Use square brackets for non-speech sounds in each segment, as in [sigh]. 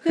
夫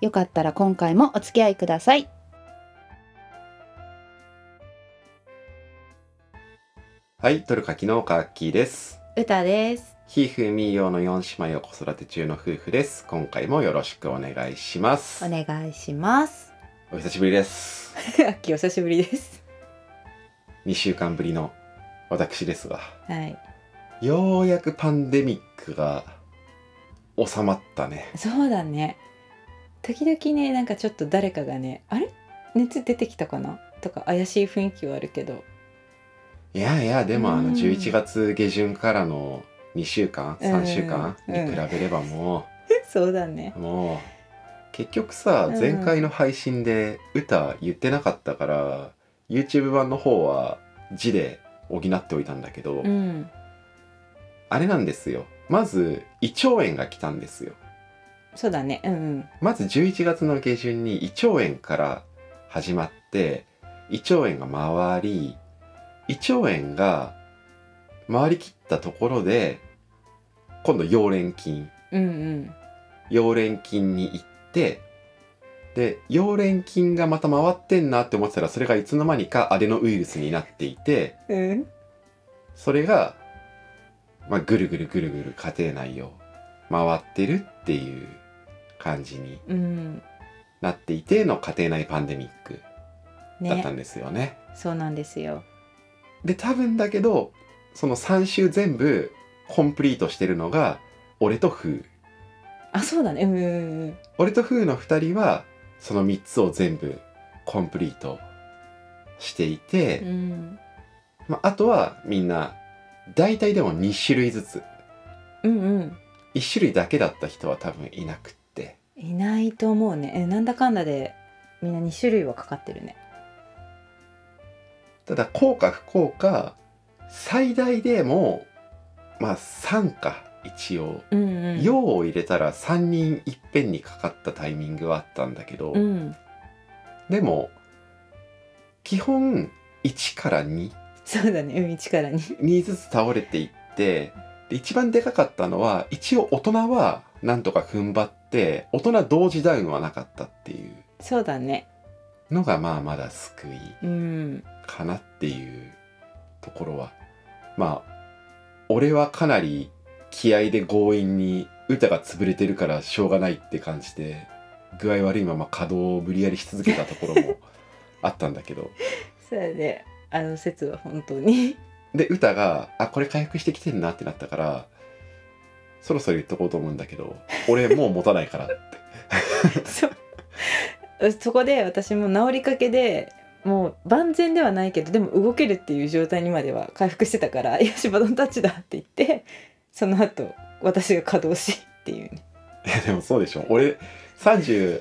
よかったら今回もお付き合いくださいはいトルカキ農家アッキーです歌ですひふみよの4姉妹を子育て中の夫婦です今回もよろしくお願いしますお願いしますお久しぶりですあっきお久しぶりです2週間ぶりの私ですがはいようやくパンデミックが収まったねそうだね時々ねなんかちょっと誰かがねあれ熱出てきたかなとか怪しい雰囲気はあるけどいやいやでもあのうん11月下旬からの2週間うん3週間に比べればもう、 [laughs] そうだねもう結局さうん前回の配信で歌言ってなかったから、YouTube 版の方は字で補っておいたんだけど、うんあれなんですよまず胃腸炎が来たんですよそうだねうんうんまず11月の下旬に胃腸炎から始まって胃腸炎が回り胃腸炎が回りきったところで今度溶連菌うんうん溶連菌に行ってで溶連菌がまた回ってんなって思ってたらそれがいつの間にかアデノウイルスになっていてうんそれが、まあ、ぐるぐるぐるぐる家庭内を回ってるっていう感じにうんなっていての家庭内パンデミックだったねんですよね。そうなんですよで多分だけどその3週全部コンプリートしてるのが俺とフー。あそうだねうんうんうん俺とフーの2人はその3つを全部コンプリートしていて、うんまあ、あとはみんな大体でも2種類ずつうんうん1種類だけだった人は多分いなくっていないと思うねえなんだかんだでみんな2種類はかかってるねただ効果不効果最大でもまあ3か一応うんう用を入れたら3人いっぺんにかかったタイミングはあったんだけど、うんでも基本1から2。そうだね海力に2ずつ倒れていってで一番でかかったのは一応大人はなんとか踏ん張って大人同時ダウンはなかったっていうそうだねのがまあまだ救いうんかなっていうところはまあ俺はかなり気合で強引に歌が潰れてるからしょうがないって感じで具合悪いまま稼働を無理やりし続けたところもあったんだけどそうだねあの説は本当にで歌が「あこれ回復してきてんな」ってなったからそろそろ言っとこうと思うんだけど「俺もう持たないから」 [laughs] ってそうそこで私も治りかけでもう万全ではないけどでも動けるっていう状態にまでは回復してたから「 [laughs] よしバトンタッチだ」って言ってその後私が稼働しっていうねいやでもそうでしょ俺38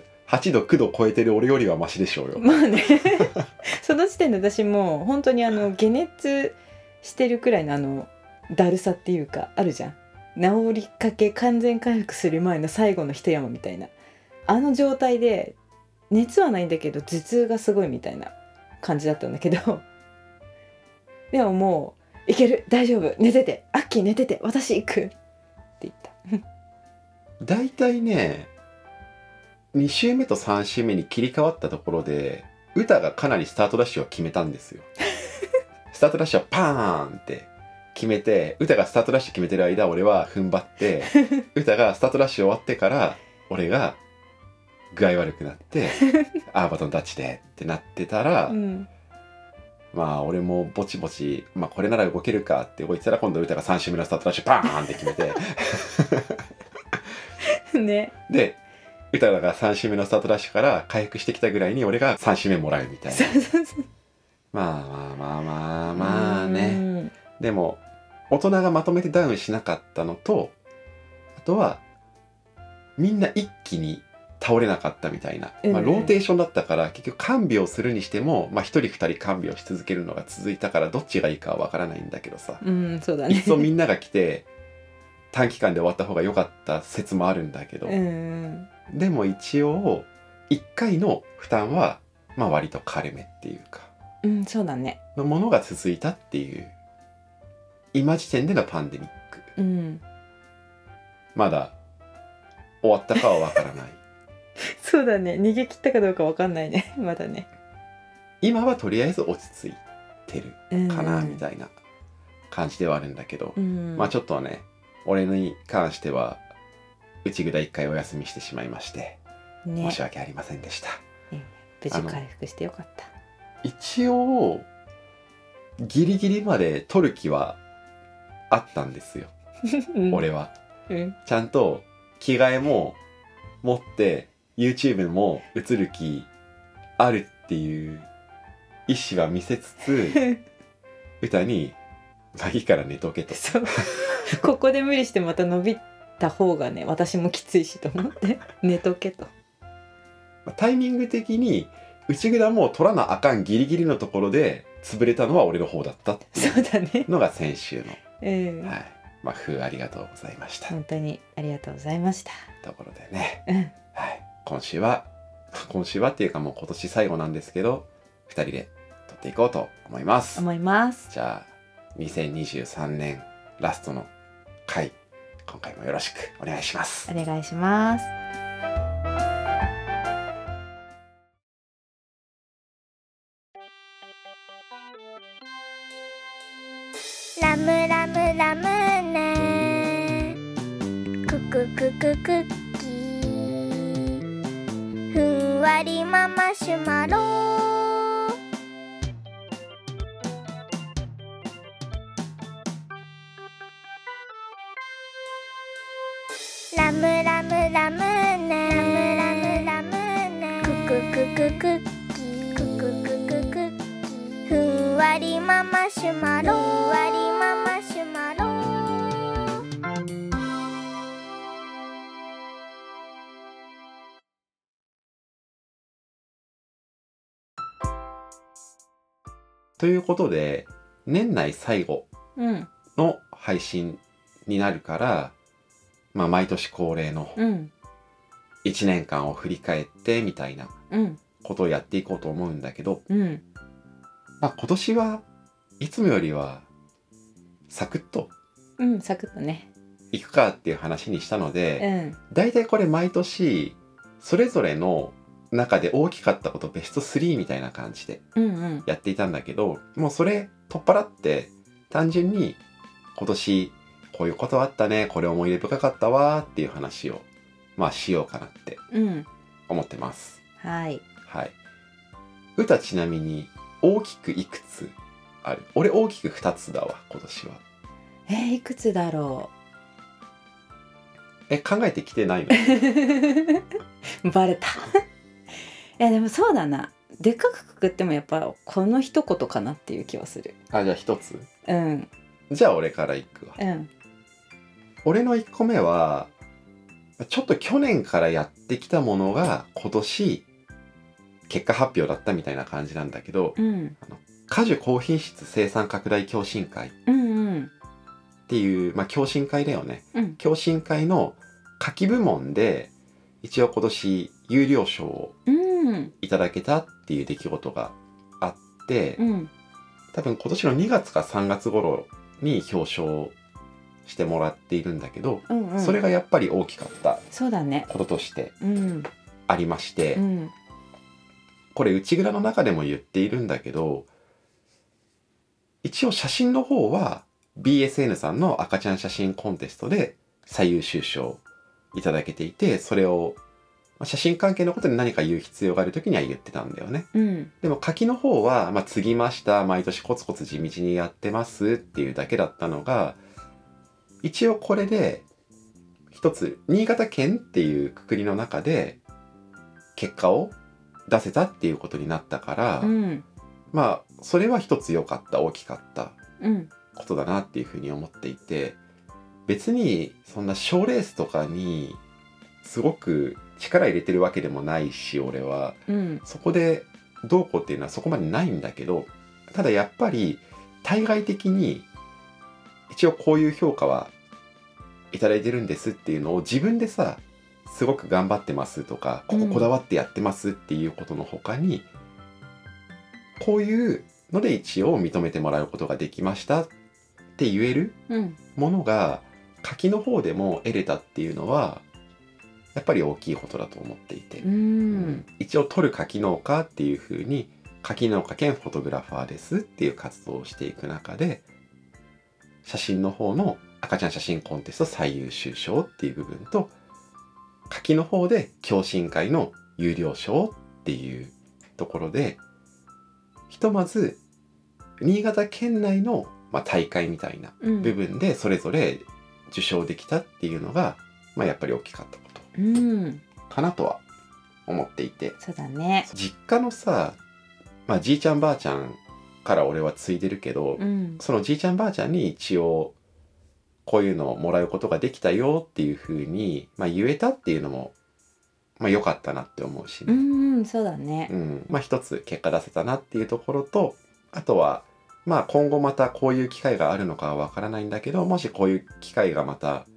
度9度超えてる俺よりはマシでしょうよまあねその時点で私もう本当にあの解熱してるくらいのあのだるさっていうかあるじゃん治りかけ完全回復する前の最後の一山みたいなあの状態で熱はないんだけど頭痛がすごいみたいな感じだったんだけど [laughs] でももう「いける大丈夫寝ててアッキー寝てて私行く」って言った大体ね2週目と3週目に切り替わったところで歌がかなりスタートダッシュを決めたんです [laughs] よスタートダッシュをパーンって決めて歌がスタートダッシュ決めてる間俺は踏ん張って [laughs] 歌がスタートダッシュ終わってから俺が具合悪くなって [laughs] あーバトンタッチでってなってたら、うんまあ俺もぼちぼち、まあ、これなら動けるかって動いてたら今度歌が3週目のスタートダッシュパーンって決めてねで歌が3週目のスタートダッシュから回復してきたぐらいに俺が3週目もらうみたいなそうそうそうまあまあまあまあまあねうんでも大人がまとめてダウンしなかったのとあとはみんな一気に倒れなかったみたいな、うんまあ、ローテーションだったから結局看病するにしても、まあ、1人2人看病し続けるのが続いたからどっちがいいかはわからないんだけどさうんそうだいねっそみんなが来て短期間で終わった方が良かった説もあるんだけど、うんでも一応1回の負担はまあ割と軽めっていうかうんそうだねのものが続いたっていう今時点でのパンデミックうんまだ終わったかはわからないそうだね逃げ切ったかどうかわかんないね [laughs] まだね今はとりあえず落ち着いてるかなみいたいな感じではあるんだけど、うんまあちょっとね俺に関しては内ぐだ1回お休みしてしまいましてね申し訳ありませんでした、無あ事の回復してよかった一応ギリギリまで取る気はあったんですよ、俺はうんちゃんと着替えも持って YouTube も映る気あるっていう意思は見せつつ歌に「まあいいから寝とけ」とそう [laughs] ここで無理してまた伸びた方がね私もきついしと思って [laughs] 寝とけとまあタイミング的に内蔵も取らなあかんギリギリのところで潰れたのは俺の方だったっていそうだねうのが先週の、うん、はい、まあ、風ありがとうございました本当にありがとうございましたところでね、うんはい、今週は今週はっていうかもう今年最後なんですけど2人で撮っていこうと思います思いますじゃあ2023年ラストの回今回もよろしくお願いしますお願いしますラムラムラムネクククククッキーふんわりママシュマロラムラムラムネラムラムラムネクククククッキークククククッキーふんわりママシュマロふんわりママシュマロということで年内最後うんの配信になるから、まあ、毎年恒例のうん1年間を振り返ってみたいなうんことをやっていこうと思うんだけど、うんまあ、今年はいつもよりはサクッとうんサクッとねいくかっていう話にしたので、うん大体これ毎年それぞれの中で大きかったことベスト3みたいな感じでうんうんやっていたんだけどもうそれ取っ払って単純に今年こういうことあったねこれ思い出深かったわーっていう話をまあしようかなってうん思ってますはいはい歌ちなみに大きくいくつある俺大きく2つだわ今年はえー、いくつだろえ考えてきてないのう [laughs] バレたいやでもそうだなでっかくくくってもやっぱこの一言かなっていう気はするあじゃあ1つうんじゃあ俺からいくわうん俺の1個目はちょっと去年からやってきたものが今年結果発表だったみたいな感じなんだけどうん果樹高品質生産拡大共進会っうんうんていう、まあ、共進会だよねうん共進会の夏季部門で一応今年有料賞をうんいただけたっていう出来事があってうん多分今年の2月か3月頃に表彰してもらっているんだけど、うんうんそれがやっぱり大きかったそうだねこととしてうんありまして、うんこれ内蔵の中でも言っているんだけど一応写真の方は BSN さんの赤ちゃん写真コンテストで最優秀賞をいただけていてそれをまあ写真関係のことで何か言う必要がある時には言ってたんだよねうんでも柿の方は「まあ、継ぎました毎年コツコツ地道にやってます」っていうだけだったのが一応これで一つ新潟県っていうくくりの中で結果を出せたっていうことになったから、うんまあそれは一つ良かった大きかったうんことだなっていうふうに思っていて別にそんな賞レースとかにすごく力入れてるわけでもないし俺はうんそこでどうこうっていうのはそこまでないんだけどただやっぱり対外的に一応こういう評価はいただいてるんですっていうのを自分でさすごく頑張ってますとかこここだわってやってますっていうことの他に、こういうので一応認めてもらうことができましたって言えるうんものが柿の方でも得れたっていうのはやっぱり大きいことだと思っていて。うん一応撮る柿農家っていう風に柿農家兼フォトグラファーですっていう活動をしていく中で写真の方の赤ちゃん写真コンテスト最優秀賞っていう部分と柿の方で共進会の有料賞っていうところでひとまず新潟県内の、まあ、大会みたいなうん部分でそれぞれ受賞できたっていうのが、まあ、やっぱり大きかったことうんかなとは思っていてそうだね実家のさ、まあ、じいちゃんばあちゃんから俺は継いでるけど、うんそのじいちゃんばあちゃんに一応こういうのをもらうことができたよっていうふうに、まあ、言えたっていうのも、まあ、良かったなって思うしうね、んそうだねうんまあ、一つ結果出せたなっていうところとあとは、まあ、今後またこういう機会があるのかはわからないんだけどもしこういう機会がまた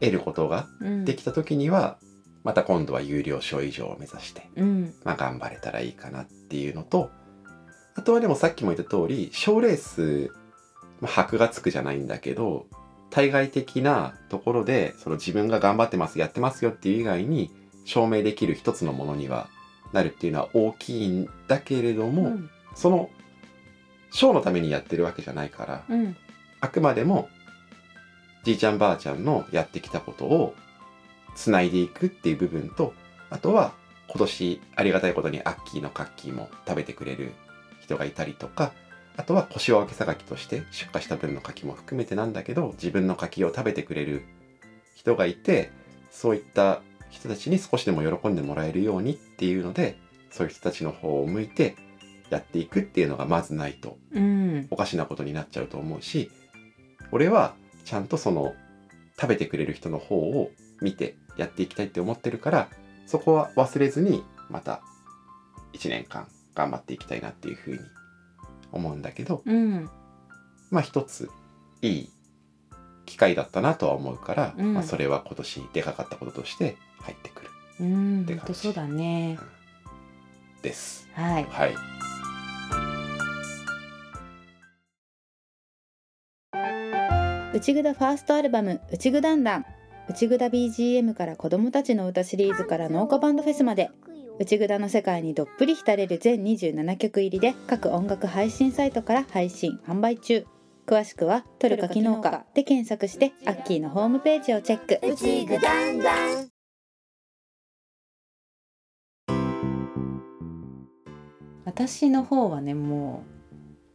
得ることがうんできた時には、また今度は有料賞以上を目指してうんまあ、頑張れたらいいかなっていうのとあとはでもさっきも言った通り賞レース、まあ、箔がつくじゃないんだけど対外的なところでその自分が頑張ってますやってますよっていう以外に証明できる一つのものにはなるっていうのは大きいんだけれども、うんその賞のためにやってるわけじゃないから、うんあくまでもじいちゃんばあちゃんのやってきたことをつないでいくっていう部分とあとは今年ありがたいことにアッキーのカッキーも食べてくれる人がいたりとかあとは腰を分けさがきとして出荷した分の柿も含めてなんだけど自分の柿を食べてくれる人がいてそういった人たちに少しでも喜んでもらえるようにっていうのでそういう人たちの方を向いてやっていくっていうのがまずないとうんおかしなことになっちゃうと思うし俺はちゃんとその食べてくれる人の方を見てやっていきたいって思ってるからそこは忘れずにまた1年間頑張っていきたいなっていうふうに思うんだけどうんまあ一ついい機会だったなとは思うから、うんまあ、それは今年でかかったこととして入ってくるうんて本感じ当そうだねです。はいはい、内ぐだファーストアルバム「内ぐだんだん」内ぐだ BGM から子どもたちの歌シリーズから農家バンドフェスまで内ぐだの世界にどっぷり浸れる全27曲入りで各音楽配信サイトから配信販売中詳しくは「トルカ機能化」で検索してアッキーのホームページをチェックうちぐだんだん私の方はねも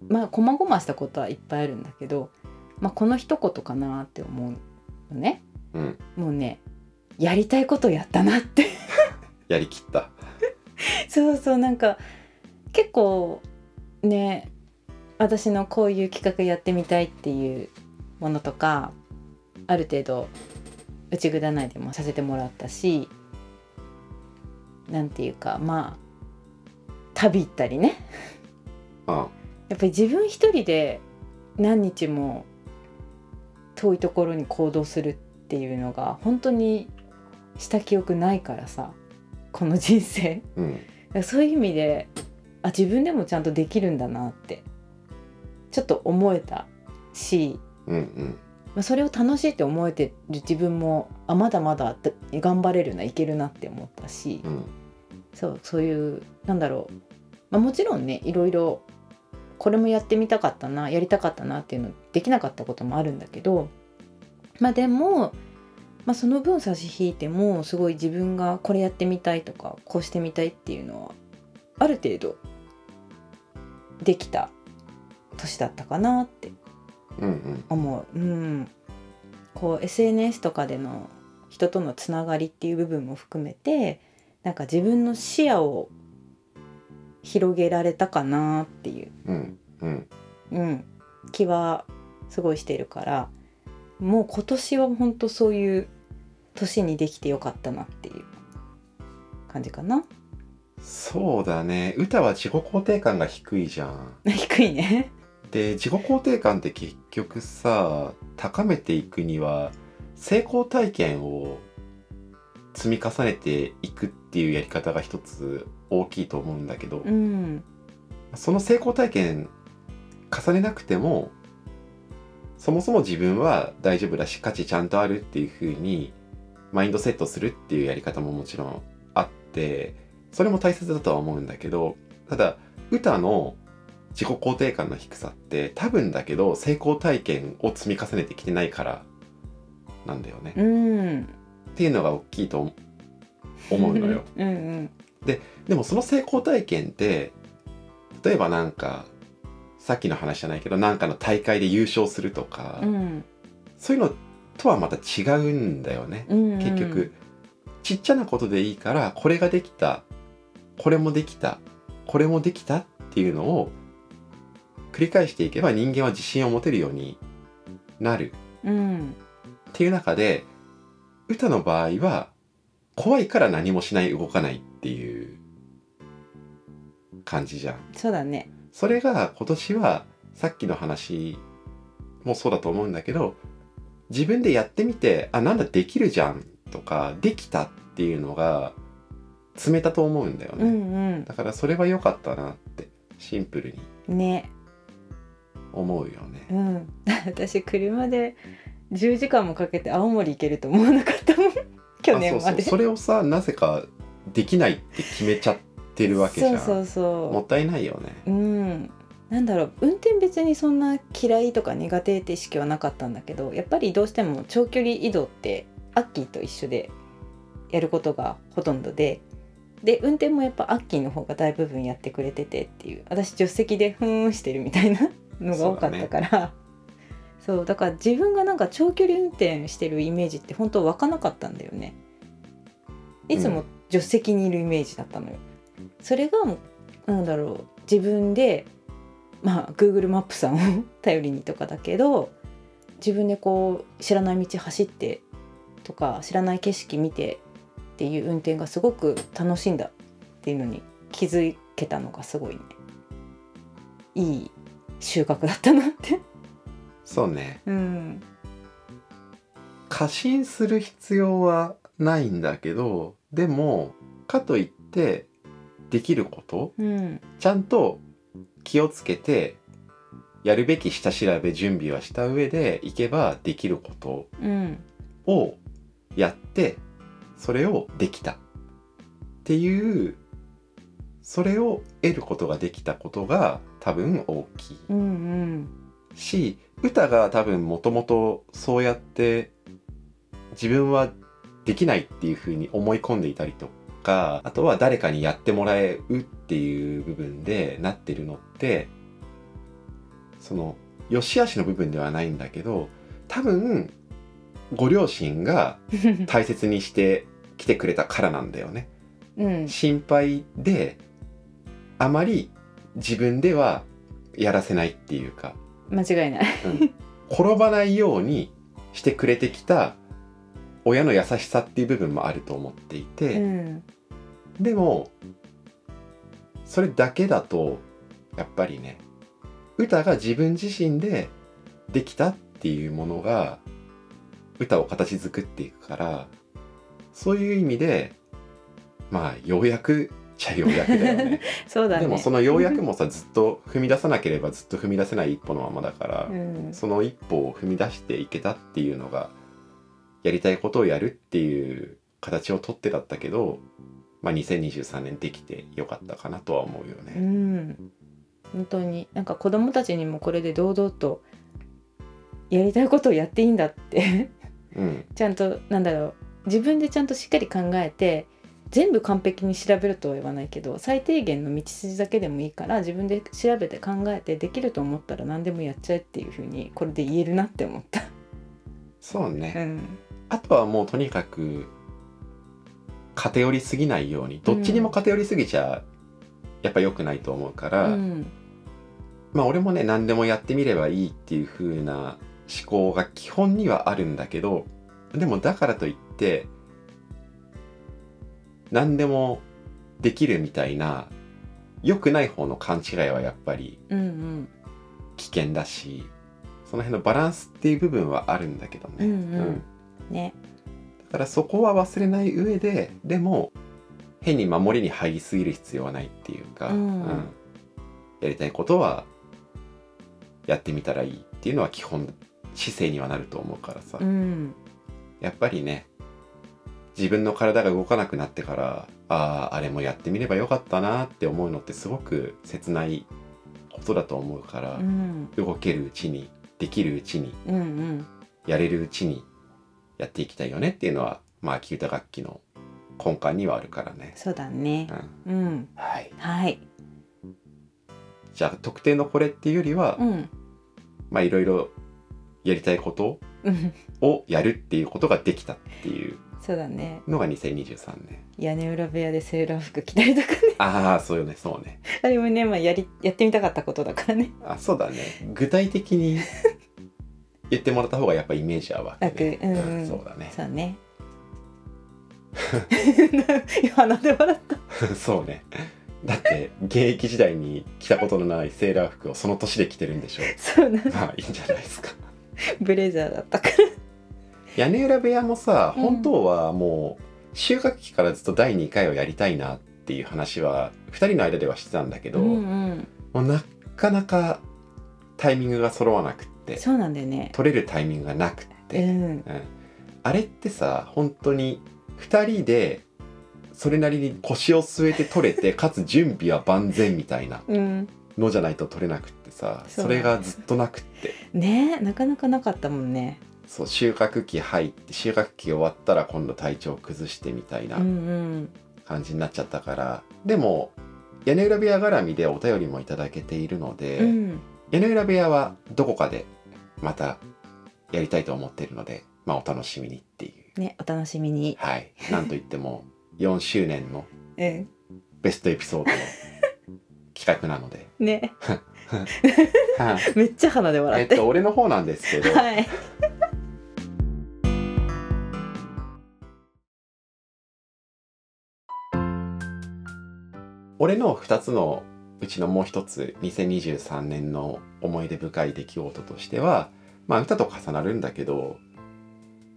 うまあ細々したことはいっぱいあるんだけど、まあ、この一言かなって思うのねうん、もうねやりたいことやったなって [laughs] やりきった。そうそうなんか結構ね私のこういう企画やってみたいっていうものとかある程度内ぐだないでもさせてもらったしなんていうかまあ旅行ったりねうんやっぱり自分一人で何日も遠いところに行動するっていうのが本当にした記憶ないからさこの人生 [laughs] うんそういう意味であ自分でもちゃんとできるんだなってちょっと思えたし、うんうんまあ、それを楽しいって思えてる自分もあまだまだだ頑張れるないけるなって思ったし。うんそうそういうなんだろう、まあ、もちろんねいろいろこれもやってみたかったなやりたかったなっていうのできなかったこともあるんだけどまあでも、まあ、その分差し引いてもすごい自分がこれやってみたいとかこうしてみたいっていうのはある程度できた年だったかなってうんうん思う。うん、こう SNS とかでの人とのつながりっていう部分も含めてなんか自分の視野を広げられたかなっていう、うんうんうん、気はすごいしてるからもう今年は本当そういう年にできてよかったなっていう感じかな [laughs] そうだね歌は自己肯定感が低いじゃん低いねで自己肯定感って結局さ高めていくには成功体験を積み重ねていくっていうやり方が一つ大きいと思うんだけど、うんその成功体験重ねなくてもそもそも自分は大丈夫だし価値ちゃんとあるっていう風にマインドセットするっていうやり方ももちろんあってそれも大切だとは思うんだけどただ歌の自己肯定感の低さって多分だけど成功体験を積み重ねてきてないからなんだよね。うんっていうのが大きいと思うのよ。うんうんでもその成功体験って例えばなんかさっきの話じゃないけどなんかの大会で優勝するとか、うんそういうのとはまた違うんだよね。うん結局ちっちゃなことでいいからこれができたこれもできたこれもできたっていうのを繰り返していけば人間は自信を持てるようになるうんっていう中で歌の場合は怖いから何もしない動かないっていう感じじゃん。そうだねそれが今年はさっきの話もそうだと思うんだけど自分でやってみてあなんだできるじゃんとかできたっていうのが詰めたと思うんだようね、んだからそれは良かったなってシンプルにうんね思うよねうん私車で10時間もかけて青森行けると思わなかっ [laughs] たもん去年まあそうでそうそれをさなぜかできないって決めちゃってるわけじゃんそうそうそうもったいないよねうん、なんだろう運転別にそんな嫌いとか苦手って意識はなかったんだけどやっぱりどうしても長距離移動ってアッキーと一緒でやることがほとんどでで運転もやっぱアッキーの方が大部分やってくれててっていう私助手席でふーんしてるみたいなのが多かったからそう,、だから自分がなんか長距離運転してるイメージって本当湧かなかったんだよねいつも助手席にいるイメージだったのよ、それがもうなんだろう自分でまあ Google マップさんを頼りにとかだけど自分でこう知らない道走ってとか知らない景色見てっていう運転がすごく楽しいんだっていうのに気づけたのがすごいねいい収穫だったなって。そうねうん、過信する必要はないんだけどでもかといってできることうん、ちゃんと気をつけてやるべき下調べ準備はした上でいけばできることうん、をやってそれをできたっていうそれを得ることができたことが多分大きいうん、うん、し歌が多分もともとそうやって自分はできないっていうふうに思い込んでいたりとかあとは誰かにやってもらえるっていう部分でなってるのってその良し悪しの部分ではないんだけど多分ご両親が大切にしてきてくれたからなんだよね。うん、心配であまり自分ではやらせないっていうか [laughs] 間違いない。転ばないようにしてくれてきた親の優しさっていう部分もあると思っていうて、ん、でもそれだけだとやっぱりね歌が自分自身でできたっていうものが歌を形作っていくからそういう意味でまあようやくっちゃようやくだよね [laughs] そうだね。でもそのようやくもさずっと踏み出さなければずっと踏み出せない一歩のままだから、うん、その一歩を踏み出していけたっていうのがやりたいことをやるっていう形をとってだったけど、まあ、2023年できてよかったかなとは思うようね。ん、本当になんか子供たちにもこれで堂々とやりたいことをやっていいんだって [laughs] うん、ちゃんとなんだろう自分でちゃんとしっかり考えて全部完璧に調べるとは言わないけど最低限の道筋だけでもいいから自分で調べて考えてできると思ったら何でもやっちゃえっていうふうにこれで言えるなって思った。そううね、ん、あとはもうとにかく偏りすぎないようにどっちにも偏りすぎちゃやっぱ良くないと思うかうら、ん、まあ俺もね何でもやってみればいいっていう風な思考が基本にはあるんだけどでもだからといっって何でもできるみたいな良くない方の勘違いはやっぱりうんうん危険だしその辺のバランスっていう部分はあるんだけどね、うんうんねだからそこは忘れない上ででも変に守りに入りすぎる必要はないっていうか、うんやりたいことはやってみたらいいっていうのは基本姿勢にはなると思うからさ、うんやっぱりね自分の体が動かなくなってからあああれもやってみればよかったなって思うのってすごく切ないことだと思うから、うん動けるうちにできるうちにうんうんやれるうちにやっていきたいよねっていうのはまあ秋歌楽器の根幹にはあるからね。そうだねうん、うんはい、はいじゃあ特定のこれっていうよりは、うんまあいろいろやりたいことうんをやるっていうことができたっていうそうだねのが2023年。屋根裏部屋でセーラー服着たりとかねああそうよねそうね。あれもね、まあ、やりやってみたかったことだからねあそうだね具体的に言ってもらった方がやっぱイメージは湧く、ね湧くうんうんそうだね [laughs] そうね [laughs] いや鼻で笑ったそうねだって現役時代に着たことのないセーラー服をその年で着てるんで [laughs] しょそうなまあいいんじゃないですかブレザーだったから屋根裏部屋もさうん本当はもう収穫期からずっと第2回をやりたいなっていう話は2人の間ではしてたんだけど、うんうん、もうなかなかタイミングが揃わなくってそうなんだよね取れるタイミングがなくっうて、んうんあれってさ本当に2人でそれなりに腰を据えて取れてかつ準備は万全みたいなうんのじゃないと取れなくってさそうそれがずっとなくってねえなかなかなかったもんねそう収穫期入って収穫期終わったら今度体調崩してみたいなうんうん感じになっちゃったから、でも屋根裏部屋絡みでお便りもいただけているので、うん屋根裏部屋はどこかでまたやりたいと思っているので、まあ、お楽しみにっていうねお楽しみにはい、なんといって [laughs] も4周年のうんベストエピソードの企画なので、ねはいめっちゃ鼻で笑えっ、ってと俺の方なんですけど、はい俺の2つのうちのもう一つ2023年の思い出深い出来事としては、まあ、歌と重なるんだけど、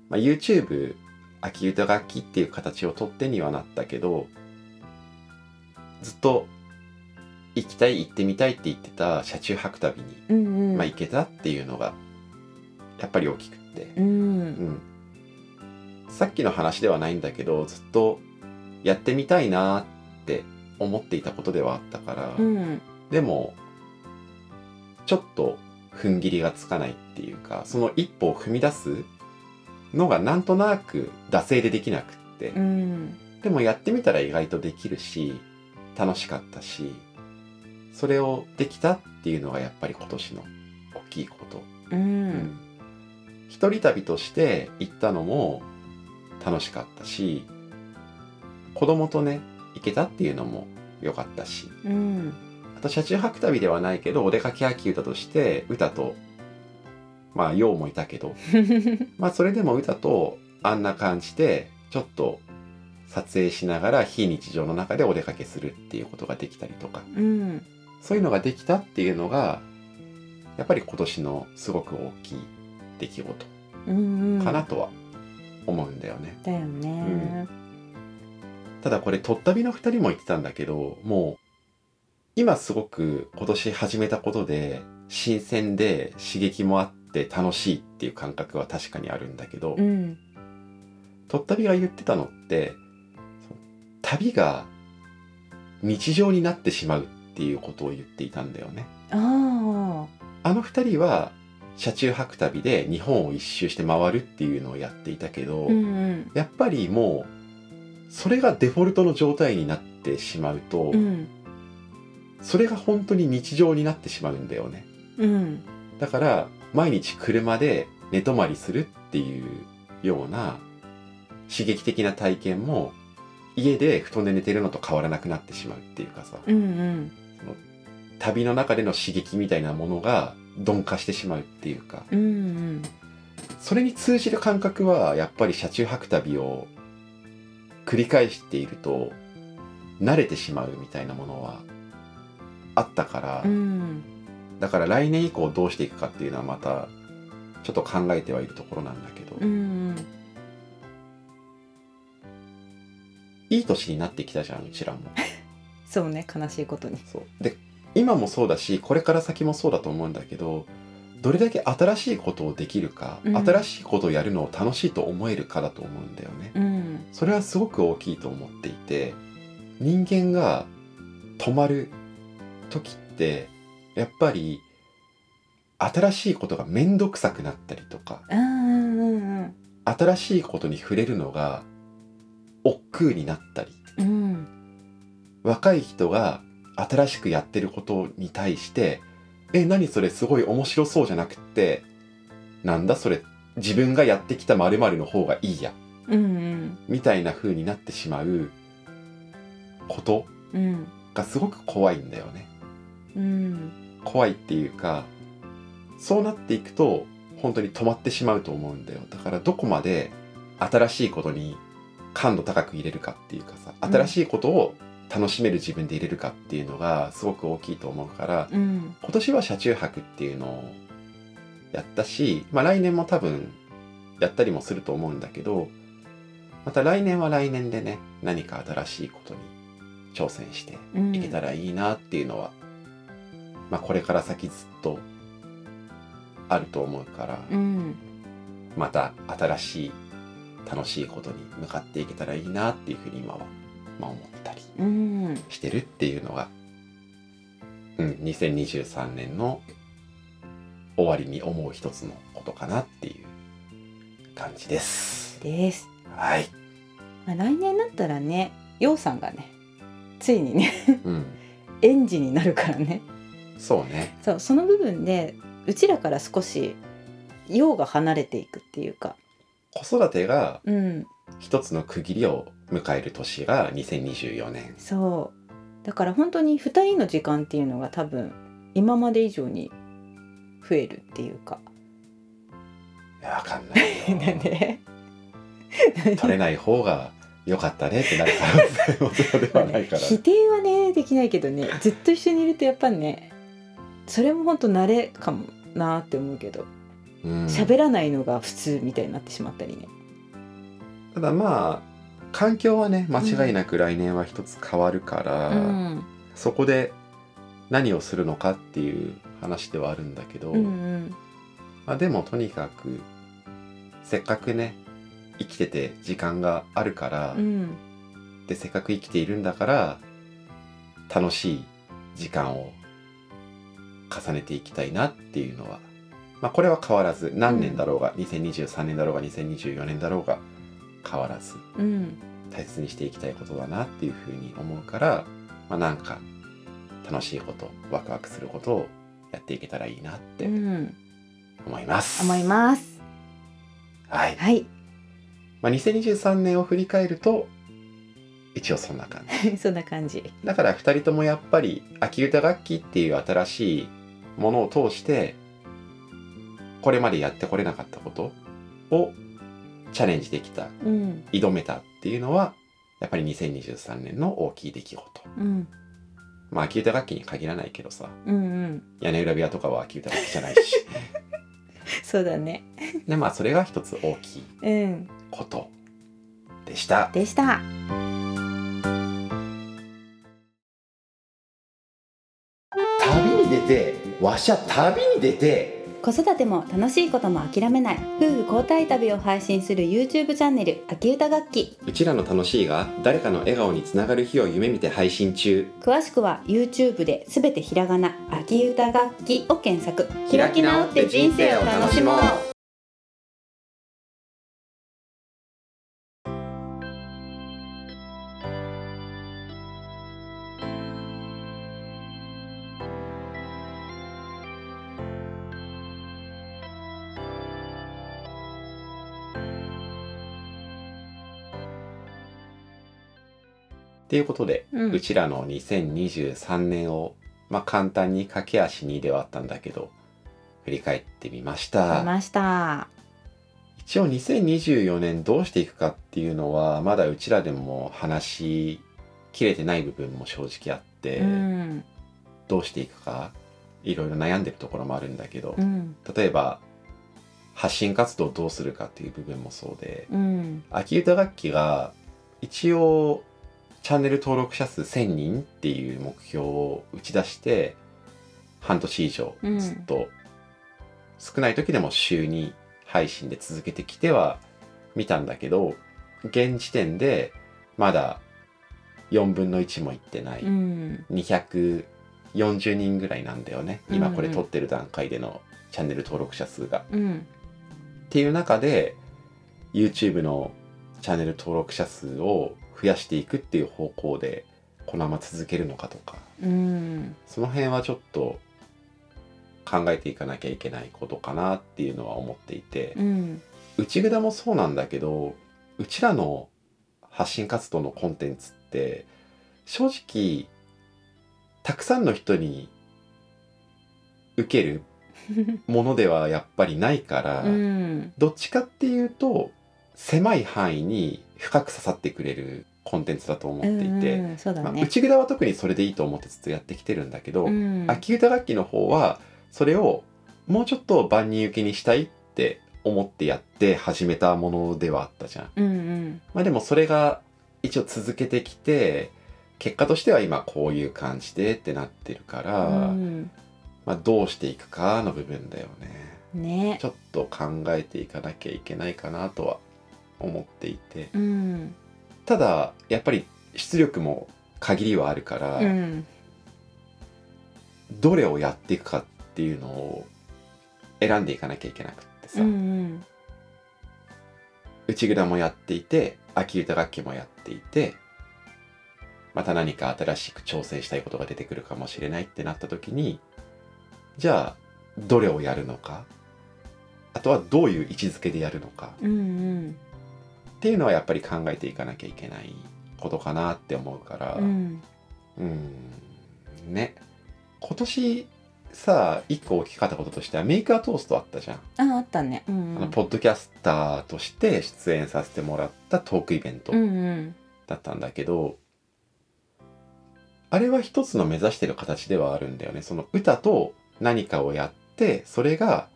まあ、YouTube 秋歌楽器っていう形をとってにはなったけどずっと行きたい行ってみたいって言ってた車中泊旅に、うんうん、まあ、行けたっていうのがやっぱり大きくって。うんさっきの話ではないんだけどずっとやってみたいなって思っていたことではあったから、うんでもちょっと踏ん切りがつかないっていうかその一歩を踏み出すのがなんとなく惰性でできなくって、うんでもやってみたら意外とできるし楽しかったしそれをできたっていうのがやっぱり今年の大きいことううんん一人旅として行ったのも楽しかったし子供とね行けたっていうのも良かったしうんあと車中泊旅ではないけどお出かけ秋歌として歌とまあ陽もいたけ [laughs] どまあそれでも歌とあんな感じでちょっと撮影しながら非日常の中でお出かけするっていうことができたりとかうんそういうのができたっていうのがやっぱり今年のすごく大きい出来事うんうんかなとは思うんだよね、だよねただこれとったびの2人も言ってたんだけどもう今すごく今年始めたことで新鮮で刺激もあって楽しいっていう感覚は確かにあるんだけど、うんとったびが言ってたのってその旅が日常になってしまうっていうことを言っていたんだよねああの2人は車中泊旅で日本を一周して回るっていうのをやっていたけど、あうんやっぱりもうそれがデフォルトの状態になってしまうと、うんうんそれが本当に日常になってしまうんだよねうんだから毎日車で寝泊まりするっていうような刺激的な体験も家で布団で寝てるのと変わらなくなってしまうっていうかさ、うんうん旅の中での刺激みたいなものが鈍化してしまうっていうかうんうんそれに通じる感覚はやっぱり車中泊旅を繰り返していると慣れてしまうみたいなものはあったから、うんだから来年以降どうしていくかっていうのはまたちょっと考えてはいるところなんだけど、うんいい年になってきたじゃんうちらも。そうね悲しいことにそうで今もそうだしこれから先もそうだと思うんだけどどれだけ新しいことをできるか、うん新しいことをやるのを楽しいと思えるかだと思うんだよね。うんそれはすごく大きいと思っていて人間が止まる時ってやっぱり新しいことが面倒くさくなったりとかあーうんうん新しいことに触れるのが億劫になったりうんうん若い人が新しくやってることに対して「え何それすごい面白そうじゃなくってなんだそれ自分がやってきた〇〇の方がいいや」うんみたいな風になってしまうことうんがすごく怖いんだよねうん怖いっていうかそうなっていくと本当に止まってしまうと思うんだよだからどこまで新しいことに感度高く入れるかっていうかさん新しいことを楽しめる自分で入れるかっていうのがすごく大きいと思うから、うん今年は車中泊っていうのをやったし、まあ、来年も多分やったりもすると思うんだけどまた来年は来年でね何か新しいことに挑戦してうんいけたらいいなっていうのは、まあ、これから先ずっとあると思うから、うんまた新しい楽しいことに向かっていけたらいいなっていうふうに今は、まあ、思ったりうんしてるっていうのが、うん、2023年の終わりに思う一つのことかなっていう感じです。ですはい。まあ来年だったらねようさんがねついにねうん。園児になるからねそうね。そうその部分でうちらから少し用が離れていくっていうか子育てがうん一つの区切りを迎える年が2024年。そうだから本当に2人の時間っていうのが多分今まで以上に増えるっていう [laughs] かいやわかんないなんよ。で [laughs] 取れない方が良かったねってなる可能性もゼロではないから。否定はねできないけどねずっと一緒にいるとやっぱねそれも本当慣れかもなーって思うけどうん喋らないのが普通みたいになってしまったりねただまあ環境はね間違いなく来年は一つ変わるから。うんそこで何をするのかっていう話ではあるんだけど、うんうんまあ、でもとにかくせっかくね生きてて時間があるから、うんでせっかく生きているんだから楽しい時間を重ねていきたいなっていうのは、まあ、これは変わらず何年だろうが、2023年だろうが2024年だろうが変わらずうん大切にしていきたいことだなっていうふうに思うから、まあ、なんか楽しいことワクワクすることをやっていけたらいいなってうん思います。思いますはいはいまあ、2023年を振り返ると一応そんな感じそんな感じだから2人ともやっぱり秋歌楽器っていう新しいものを通してこれまでやってこれなかったことをチャレンジできたうん挑めたっていうのはやっぱり2023年の大きい出来事。うんまあ、秋歌楽器に限らないけどさ、うんうん屋根裏部屋とかは秋歌楽器じゃないし。そうだねで、まあ、それが一つ大きいうんことでした。でした旅に出て、わしゃ旅に出て、子育ても楽しいことも諦めない夫婦交代旅を配信する YouTube チャンネル「秋歌楽器うちらの楽しいが誰かの笑顔につながる日を夢見て配信中。」詳しくは YouTube で「すべてひらがな秋歌楽器」を検索開き直って人生を楽しもうということで、ううんちらの2023年を、まあ、簡単に駆け足にではあったんだけど振り返ってみまし出た。ました一応2024年どうしていくかっていうのはまだうちらでも話しきれてない部分も正直あって、うんどうしていくかいろいろ悩んでるところもあるんだけど、うん例えば発信活動をどうするかっていう部分もそうでうん秋歌楽器が一応チャンネル登録者数1,000人っていう目標を打ち出して半年以上うんずっと、少ない時でも週に配信で続けてきては見たんだけど現時点でまだ4分の1もいってない、うん240人ぐらいなんだよね今これうんうん撮ってる段階でのチャンネル登録者数が。うんっていう中で YouTube のチャンネル登録者数を増やしていくっていう方向でこのまま続けるのかとかうんその辺はちょっと考えていかなきゃいけないことかなっていうのは思っていてうん内札もそうなんだけどうちらの発信活動のコンテンツって正直たくさんの人に受けるものではやっぱりないから。うんどっちかっていうと狭い範囲に深く刺さってくれるコンテンツだと思っていて、うんそうだまあね内札は特にそれでいいと思ってずっとやってきてるんだけど、うん秋歌楽器の方はそれをもうちょっと万人受けにしたいって思ってやって始めたものではあったじゃん。うんまあ、でもそれが一応続けてきて結果としては今こういう感じでってなってるから、うんまあ、どうしていくかの部分だよね。ねちょっと考えていかなきゃいけないかなとは思っていてうんただやっぱり出力も限りはあるから、うんどれをやっていくかっていうのを選んでいかなきゃいけなくってさ、うん内蔵もやっていて秋歌楽器もやっていてまた何か新しく挑戦したいことが出てくるかもしれないってなった時にじゃあどれをやるのかあとはどういう位置づけでやるのか、うんうんっていうのはやっぱり考えていかなきゃいけないことかなって思うからう、んうんね今年さ一個大きかったこととしてはメイクアトーストあったじゃん、ああったねうんあのポッドキャスターとして出演させてもらったトークイベントうんうんだったんだけど、あれは一つの目指してる形ではあるんだよねその歌と何かをやってそれが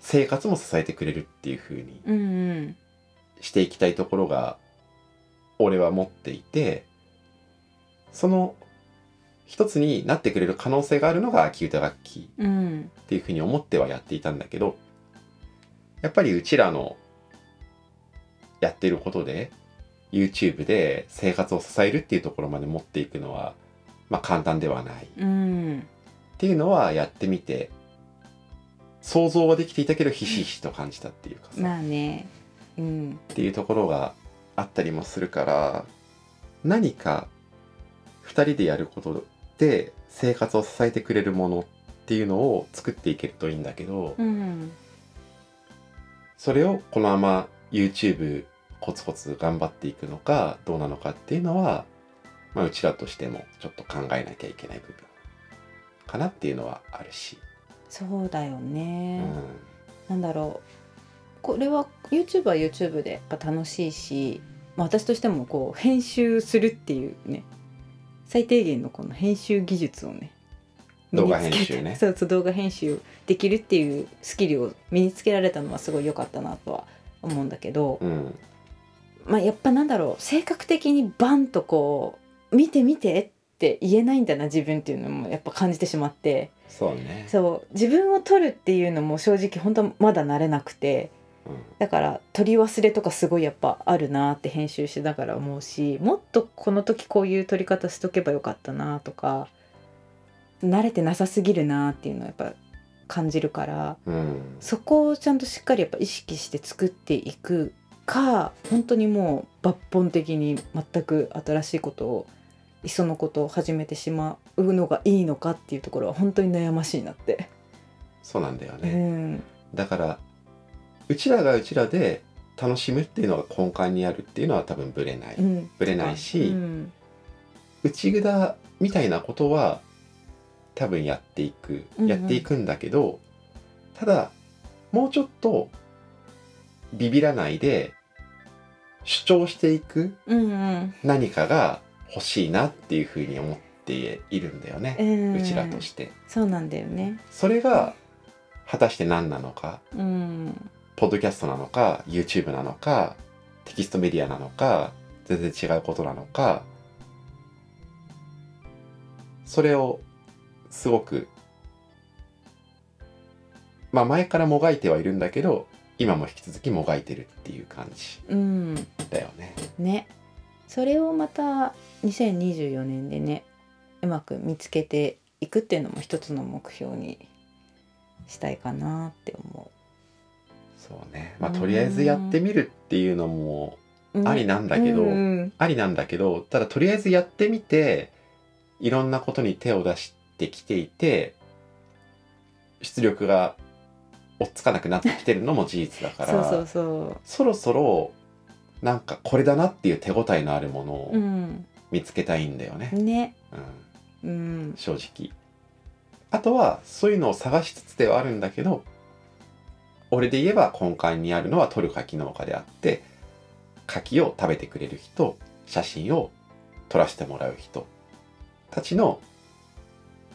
生活も支えてくれるっていう風にうんうんしていきたいところが俺は持っていてその一つになってくれる可能性があるのが秋歌楽器うんっていうふうに思ってはやっていたんだけどやっぱりうちらのやってることで YouTube で生活を支えるっていうところまで持っていくのはまあ簡単ではないうんっていうのはやってみて想像はできていたけどひしひしと感じたっていうかさ。まあねうんっていうところがあったりもするから何か2人でやることで生活を支えてくれるものっていうのを作っていけるといいんだけど、うんそれをこのまま YouTube コツコツ頑張っていくのかどうなのかっていうのは、まあ、うちらとしてもちょっと考えなきゃいけない部分かなっていうのはあるし。そうだようね、んなんだろうこれは YouTube は YouTube でやっぱ楽しいし、まあ、私としてもこう編集するっていうね最低限のこの編集技術をね動画身につけて編集ねそうそう動画編集できるっていうスキルを身につけられたのはすごい良かったなとは思うんだけど、うんまあ、やっぱなんだろう性格的にバンとこう見て見てって言えないんだな自分っていうのもやっぱ感じてしまってそうねそう自分を撮るっていうのも正直本当まだ慣れなくて。うんだから取り忘れとかすごいやっぱあるなって編集してだから思うしもっとこの時こういう撮り方しとけばよかったなとか慣れてなさすぎるなっていうのはやっぱ感じるからうんそこをちゃんとしっかりやっぱ意識して作っていくか本当にもう抜本的に全く新しいことをいっそのことを始めてしまうのがいいのかっていうところは本当に悩ましいなって。そうなんだようね。んだからうちらがうちらで楽しむっていうのが根幹にあるっていうのは多分ブレない、うん、ブレないしうん内札みたいなことは多分やっていくうんうんやっていくんだけど、ただもうちょっとビビらないで主張していくうん何かが欲しいなっていうふうに思っているんだようね、んうちらとしてそうなんだよねそれが果たして何なのかうんポッドキャストなのか YouTube なのかテキストメディアなのか全然違うことなのかそれをすごくまあ前からもがいてはいるんだけど今も引き続きもがいてるっていう感じうんだよね。ねそれをまた2024年でねうまく見つけていくっていうのも一つの目標にしたいかなって思そうね、まあ、とりあえずやってみるっていうのもう、うんありなんだけど、うんありなんだけどただとりあえずやってみていろんなことに手を出してきていて出力が追っつかなくなってきてる [laughs] のも事実だかそうらそうそそろそろなんかこれだなっていう手応えのあるものううをん見つけたいんだよね、ねうん、うん正直。あとはそういうのを探しつつではあるんだけど俺で言えば根幹にあるのは取る柿農家であって柿を食べてくれる人写真を撮らせてもらう人たちの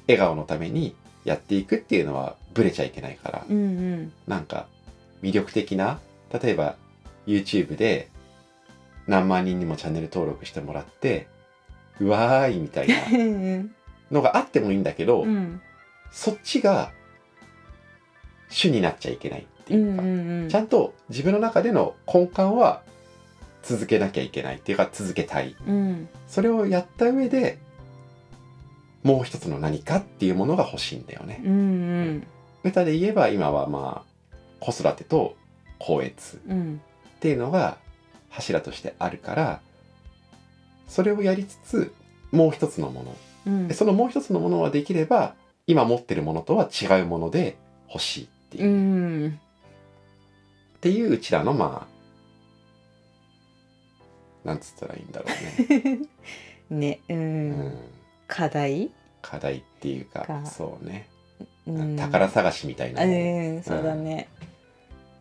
笑顔のためにやっていくっていうのはブレちゃいけないから、うんうんなんか魅力的な例えば YouTube で何万人にもチャンネル登録してもらってうわーいみたいなうんのがあってもいいんだけど、うんそっちが主になっちゃいけないってういうんか、うんちゃんと自分の中での根幹は続けなきゃいけないっていうか続けたいうんそれをやった上でもう一つの何かっていうものが欲しいんだよねう、ん歌で言えば今はまあ子育てと校閲うんうんっていうのが柱としてあるからそれをやりつつもう一つのものうんでそのもう一つのものはできれば今持ってるものとは違うもので欲しいっていう,、うっんていううちらのまあなんつったらいいんだろうね、 [laughs] ねううんん、課題課題っていうかかそうね、うん宝探しみたいなもんうんそうだね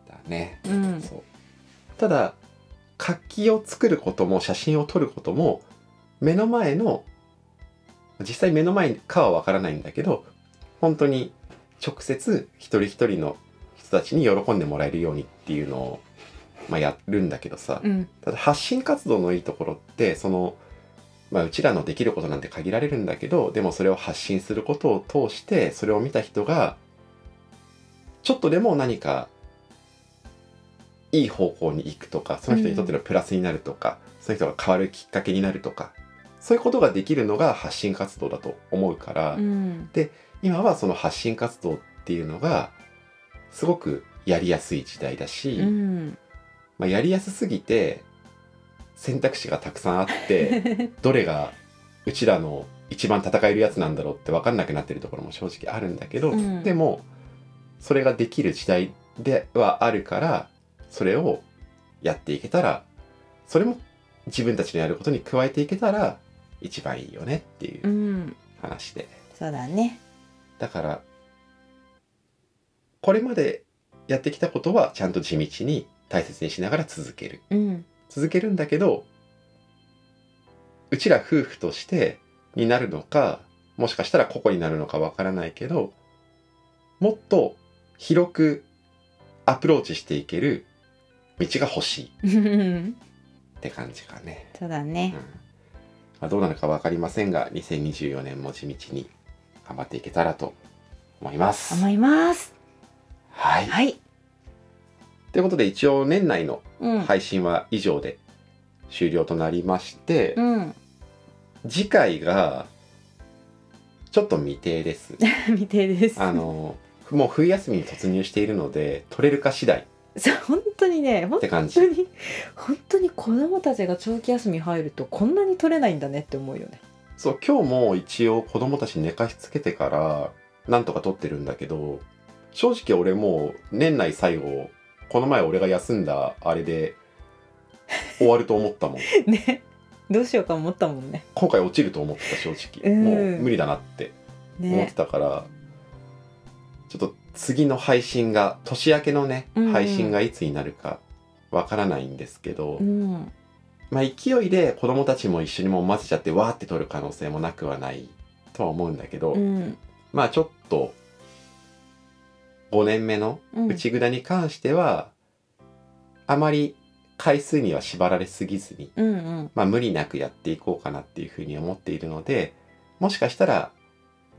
だね、うんそうただ活気を作ることも写真を撮ることも目の前の実際目の前かはわからないんだけど本当に直接一人一人の人たちに喜んでもらえるようにっていうのを、まあ、やるんだけどさ、うんただ発信活動のいいところってその、まあ、うちらのできることなんて限られるんだけどでもそれを発信することを通してそれを見た人がちょっとでも何かいい方向に行くとかその人にとってのプラスになるとか、そういう人が変わるきっかけになるとかそういうことができるのが発信活動だと思うから、うん今はその発信活動っていうのがすごくやりやすい時代だし。うんまあ、やりやすすぎて選択肢がたくさんあって [laughs] どれがうちらの一番戦えるやつなんだろうって分かんなくなってるところも正直あるんだけど、うんでもそれができる時代ではあるからそれをやっていけたらそれも自分たちのやることに加えていけたら一番いいよねっていううん話で、そうだねだからこれまでやってきたことはちゃんと地道に大切にしながら続ける。うん [laughs] 続けるんだけどうちら夫婦としてになるのかもしかしたら個々になるのかわからないけどもっと広くアプローチしていける道が欲しいって感じかね、そうだうんねまあ、どうなるか分かりませんが2024年も地道に頑張っていけたらと思います。思いますはい、はいということで一応年内のうん配信は以上で終了となりまして、うん次回がちょっと未定です [laughs] 未定ですあのもう冬休みに突入しているので取れるか次第そう本当にね本って感 [laughs] じ当に本当に子供たちが長期休み入るとこんなに取れないんだねって思うよね [laughs] そう今日も一応子供たち寝かしつけてからなんとか取ってるんだけど正直俺もう年内最後この前俺が休んだあれ [laughs] で終わると思ったもんねどうしようか思ったもんね今回落ちると思ってた正直うんもう無理だなって思ってねたから、ちょっと次の配信が年明けのねうんうん配信がいつになるかわからないんですけど、うんまあ勢いで子供たちも一緒にもう混ぜちゃってわーって取る可能性もなくはないとは思うんだけど、うんまあちょっと5年目のうん内札に関しては、あまり回数には縛られすぎずに、うんうんまあ、無理なくやっていこうかなっていうふうに思っているのでもしかしたら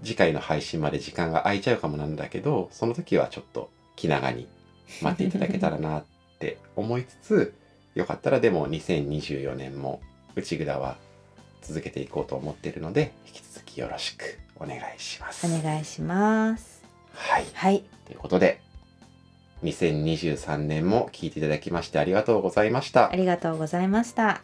次回の配信まで時間が空いちゃうかもなんだけどその時はちょっと気長に待っていただけたらなって思いつつよかったらでも2024年も内蔵は続けていこうと思っているので引き続きよろしくお願いします。お願いしますはいはいということで2023年も聞いていただきましてありがとうございましたあ。りがとうございました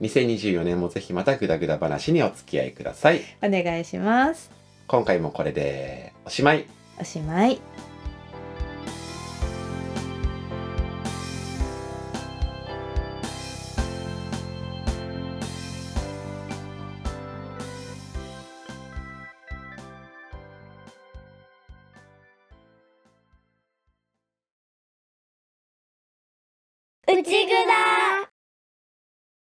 2024年もぜひまたグダグダ話にお付き合いください。お願いします今回もこれでおしまい。おしまいうちぐだ